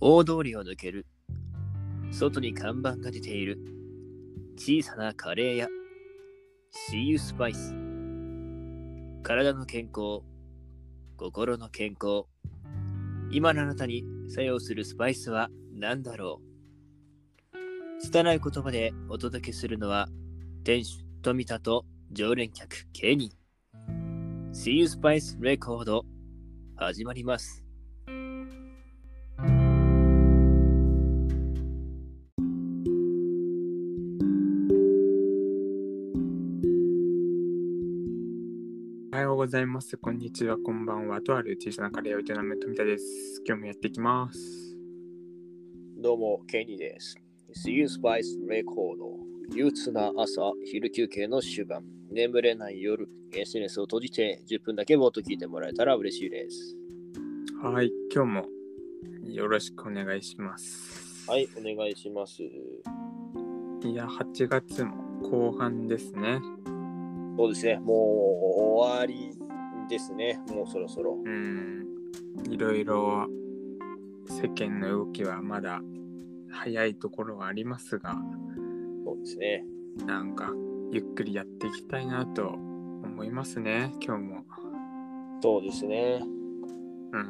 大通りを抜ける。外に看板が出ている。小さなカレー屋。See you spice。体の健康。心の健康。今のあなたに作用するスパイスは何だろう拙い言葉でお届けするのは店主富田と常連客ケニー See you Spice Record 始まりますおはようございます。こんにちは。こんばんは。とある小さなカレーを営む富田です。今日もやっていきます。どうもケニーです See you Spice Record 憂鬱な朝昼休憩の終盤眠れない夜 SNS を閉じて10分だけぼーっと聞いてもらえたら嬉しいですはい。今日もよろしくお願いします。はいお願いしますいや、8月も後半ですね。そうですね、もう終わりですね、もうそろそろ。うん。いろいろ世間の動きはまだ早いところはありますが、そうですね。なんかゆっくりやっていきたいなと思いますね。今日も。そうですね。うん。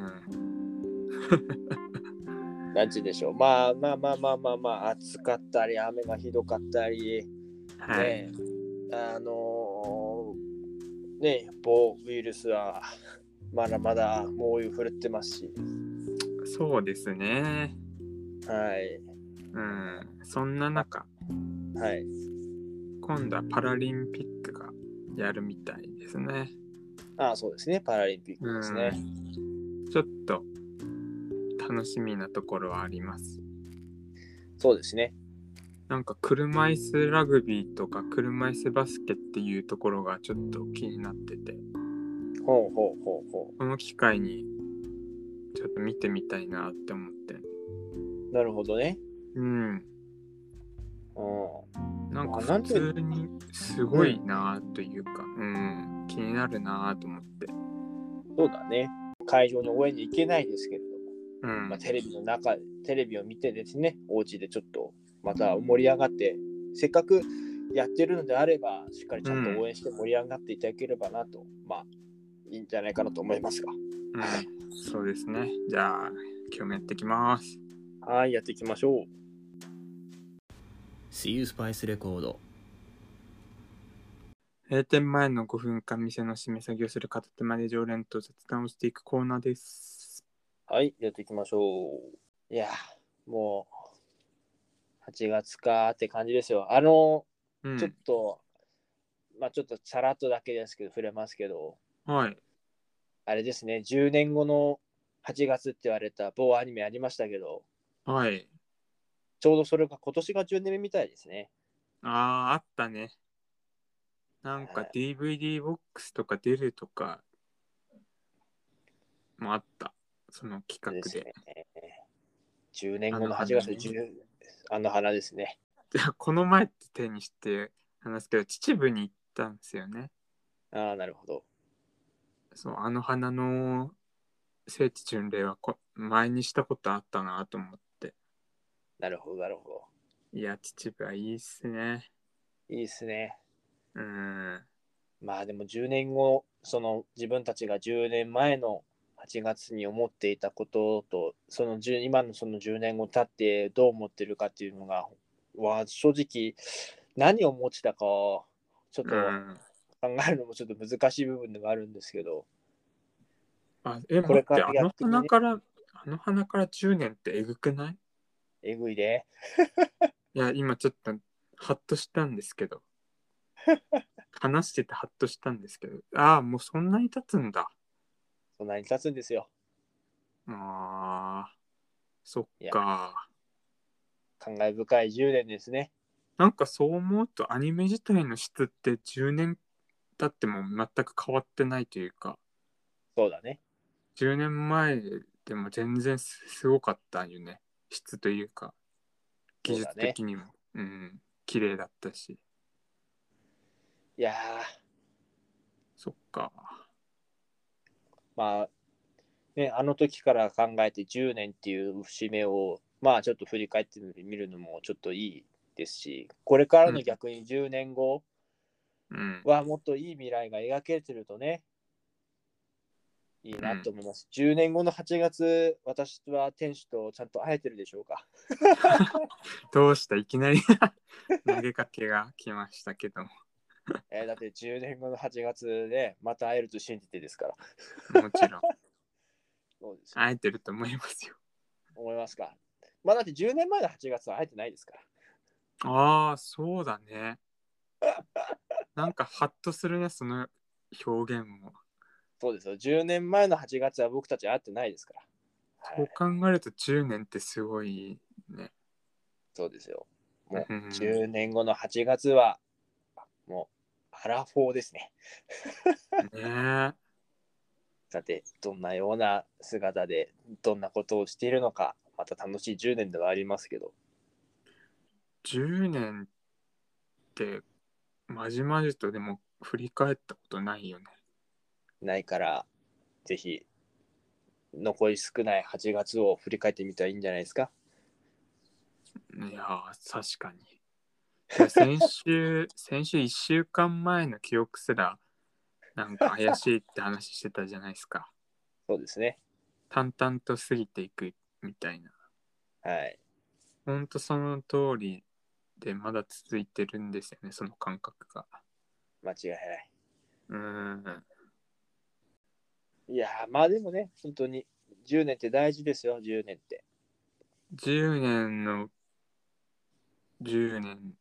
なんちゅうでしょう。まあまあまあまあまあまあ、暑かったり、雨がひどかったり、はい。ねあのーね、某ウイルスはまだまだ猛威を振るってますし、そうですね。はい、うん。そんな中、はい。今度はパラリンピックがやるみたいですね。ああ、そうですね、パラリンピックですね。ちょっと楽しみなところはあります。そうですね。なんか車椅子ラグビーとか車椅子バスケっていうところがちょっと気になってて、ほうほうほうほこの機会にちょっと見てみたいなって思って。う。なるほどね。うん。うなんかあなん普て通にすごいなというか、うん、気になるなと思って。ん、そうだね。会場に応援に行けないですけれども。うんまあ、。テレビの中、テレビを見てですね、お家でちょっとまた盛り上がって、せっかくやってるのであれば、しっかりちゃんと応援して盛り上がっていただければなと、まあ、いいんじゃないかなと思いますが。うん、そうですね。じゃあ、今日もやってきます。はい、やっていきましょう。 See you Spice レコード閉店前の5分間店の締め作業する片手間で常連と雑談をしていくコーナーです。はい、やっていきましょう。いやー、もう、8月かーって感じですよ。あのうー、ちょっん、と、まあ、ちょっとさらっとだけですけど、触れますけど、はい。あれですね、10年後の8月って言われた某アニメありましたけど、はい。ちょうどそれが今年が10年目みたいですね。ああ、あったね。なんかは DVD ボックスとか出るとかもあった。その企画ですで。ね10年後の8月10、あの花ですね。じゃあ、 この前って手にして話すけど、秩父に行ったんですよね。ああ、なるほど。そう、あの花の聖地巡礼はこ前にしたことあったなと思って。なるほど、なるほど。いや、秩父はいいっすね。いいですね。うん。まあでも10年後、その自分たちが10年前の8月に思っていたことと、その10今のその10年後経ってどう思ってるかっていうのが、は正直何を持ちたかをちょっとうん考えるのもちょっと難しい部分でもあるんですけど、あ、え、ここれれかからら、あやっのてね花から、あの花から10年ってえぐくないえぐいで。いや、今ちょっと、ハッとしたんですけど。話しててハッとしたんですけど。ああ、もうそんなに経つんだ。そんなに経つんですよ。ああ、そっいやか。感慨深い10年ですね。なんかそう思うと、アニメ自体の質って10年経っても全く変わってないというか、そうだね。 10年前でも全然すすごかったよね。質というか、そ技う術だね的にも。うん、綺麗だったし。いやー、そっか。まあ、ね、あの時から考えて10年っていう節目を、まあちょっと振り返ってみるのもちょっといいですし、これからの逆に10年後うん。はもっといい未来が描けてるとね、いいなと思います。10年後の8月、私は天使とちゃんと会えてるでしょうか。どうしたいきなり 投げかけが来ましたけども。えーだって10年後の8月でまた会えると信じてですから。もちろん。そうですよ会えてると思いますよ。思いますか。まあだって10年前の8月は会えてないですから。ああ、そうだね。なんかハッとするね、その表現も。そうですよ。10年前の8月は僕たち会ってないですから。はそ、いう考えると10年ってすごいね。そうですよ。うもうん10年後の8月は、もう、アラフォーですね。ねさて、どんなような姿で、どんなことをしているのか、また楽しい10年ではありますけど、 10年ってまじまじとでも振り返ったことないよね。ないから、ぜひ、残り少ない8月を振り返ってみたらいいんじゃないですか。いやー確かに。いや先週、 先週1週間前の記憶すら、なんか怪しいって話してたじゃないですか。そうですね。淡々と過ぎていくみたいな。はい。ほんとその通りで、まだ続いてるんですよね、その感覚が。間違いない。うーん。いやーまあでもね、本当に10年って大事ですよ、10年って。 10年の、10年、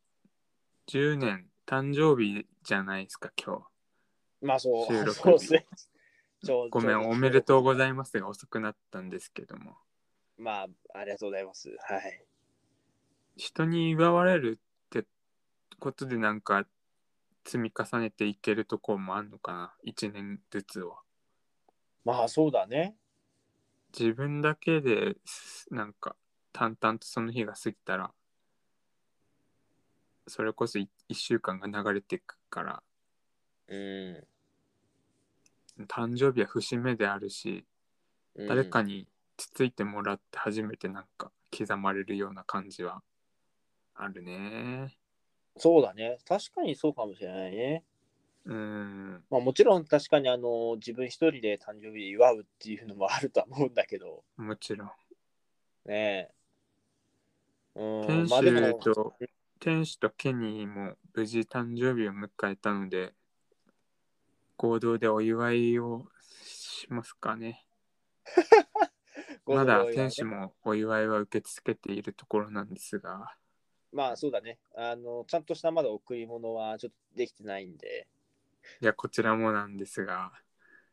10年、誕生日じゃないですか、今日。まあそう、収録日そうですね。ちょうごめん、おめでとうございますが遅くなったんですけども。まあ、ありがとうございます。はい。人に祝われるってことでなんか積み重ねていけるところもあるのかな1年ずつはまあそうだね。自分だけですなんか淡々とその日が過ぎたらそれこそ1週間が流れていくからうん。誕生日は節目であるしうん誰かにつついてもらって初めてなんか刻まれるような感じはあるねそうだね。確かにそうかもしれないね。うんまあもちろん確かにあの自分一人で誕生日祝うっていうのもあるとは思うんだけど、もちろんねえ。う天ん。まあで使も、と、天使とケニーも無事誕生日を迎えたので、合同でお祝いをしますかね。ごめんごめまんだごめん天使もお祝いは受け付けているところなんですが、まあそうだね。あの、ちゃんとしたまだ贈り物はちょっとできてないんで、いや、こちらもなんですが、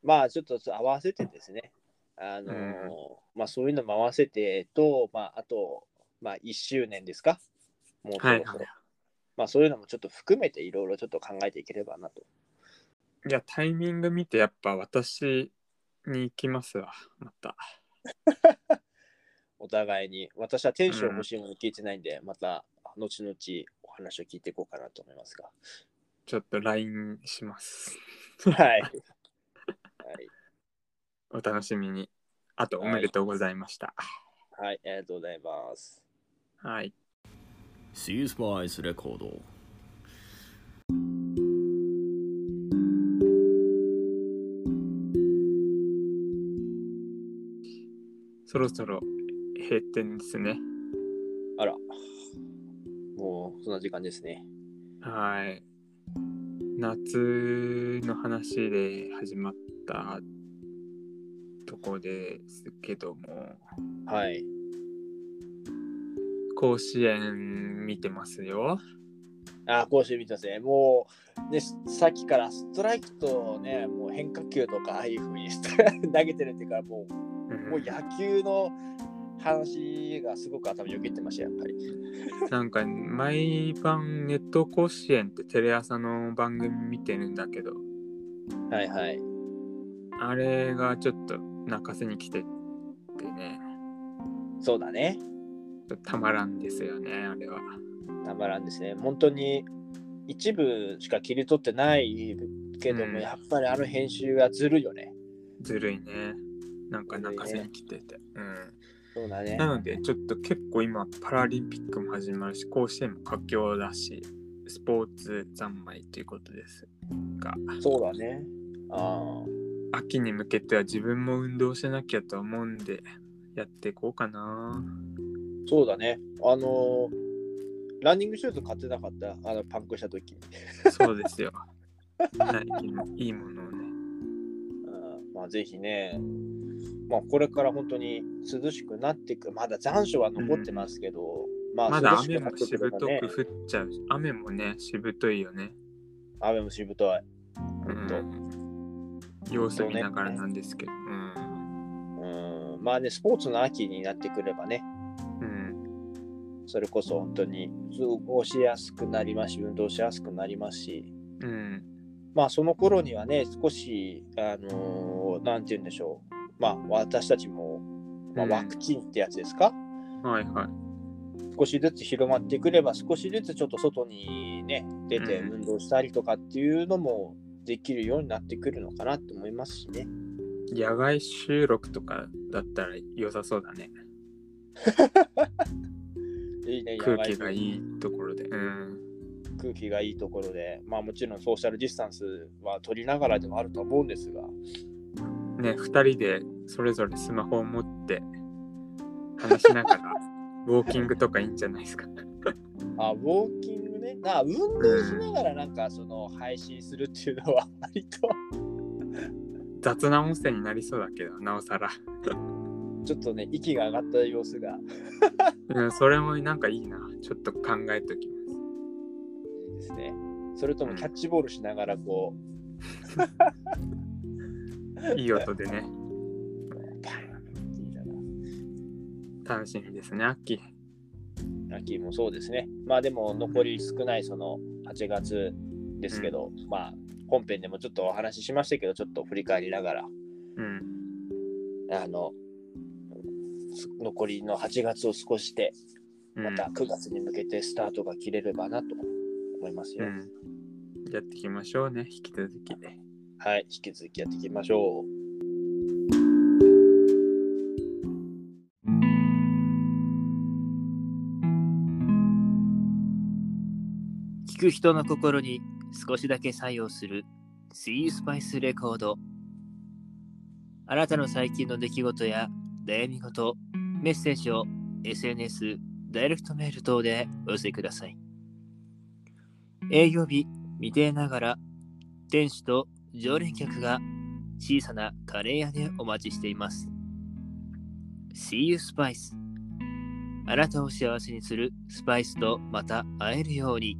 まあちょっと合わせてですね、あのーうんまあそういうのも合わせてと、まああと、まあ1周年ですか、もうそろそはろいはい。まあそういうのもちょっと含めていろいろちょっと考えていければなと。いや、タイミング見てやっぱ私に行きますわ、また。お互いに、私はテンション欲しいもの聞いてないんで、また後々お話を聞いていこうかなと思いますが。 ちょっと LINE します。はい。はい、お楽しみに。あと、おめでとうございました。はい、ありがとうございます。はい c s p i c e レコードそろそろ閉店ですね。あら、もうそんな時間ですね。はい。夏の話で始まったとこですけども、はい。甲子園見てますよ。あー、甲子園見てますね。もう、ね、さっきからストライクとね、もう変化球とか、ああいうふうに 投げてるっていうから、もう、うんもう野球の話がすごく頭よぎってました、やっぱり。なんか毎晩ネット甲子園ってテレ朝の番組見てるんだけど、はいはい。あれがちょっと泣かせに来てってね、そうだね。たまらんですよね、あれは。たまらんですね。本当に一部しか切り取ってないけども、うんやっぱりあの編集がずるいよね。ずるいね。なんか泣かせに来てて。うん。そうだねな。ので、ちょっと結構今、パラリンピックも始まるし、甲子園も佳境だし、スポーツ三昧ということですが、そうだね。あ秋に向けては自分も運動しなきゃと思うんで、やっていこうかあ、な。そうだね。あのーランニングシューズ買ってなかった、あのパンクした時そうで すよ。最近もいいものうをね。んまあぜひね、まあこれから本当に涼しくなっていく、まだ残暑は残ってますけど、まあまだ涼し雨くなっもてしくぶるととねく降っちゃうし、雨もね、しぶといよね。雨もしぶとい。本当当様子見ながらなんですけど、うんうんまあね、スポーツの秋になってくればね、うんそれこそ本当に過ごしやすくなりますし、運動しやすくなりますし、うんまあその頃にはね、少し、あのーなんて言うんでしょう、まあ私たちも、まあ、うんワクチンってやつですか、はいはい少しずつ広まってくれば、少しずつちょっと外にね、出てうん運動したりとかっていうのもできるようになってくるのかなと思いますしね。野外収録とかだったら良さそうだねいいね、空気が野外いいところでうん空気がいいところで、まあもちろんソーシャルディスタンスは取りながらでもあると思うんですが、ね2人でそれぞれスマホを持って話しながらウォーキングとかいいんじゃないですかあウォーキングね、なあ運動しながらなんかその配信するっていうのは割と雑な音声になりそうだけどなおさら、ちょっとね、息が上がった様子がうん、それもなんかいいなちょっと考えときますいいですね。それともキャッチボールしながらこう、いい音でねパーンっていいな楽しみですね秋秋もそうですね。まあでも残り少ないその8月ですけど、まあ本編でもちょっとお話ししましたけど、ちょっと振り返りながら、うんあの、す残りの8月を少して、うんまた9月に向けてスタートが切れればなと思いますうよ。ん、やっていきましょうね引き続きはい、引き続きやっていきましょ聞く人の心に少しだけ作用する See You Spice レコードあなたの最近の出来事や悩み事メッセージを SNS ダイレクトメール等でお寄せください営業日未定ながら店主と常連客が小さなカレー屋でお待ちしています See You Spice あなたを幸せにするスパイスとまた会えるように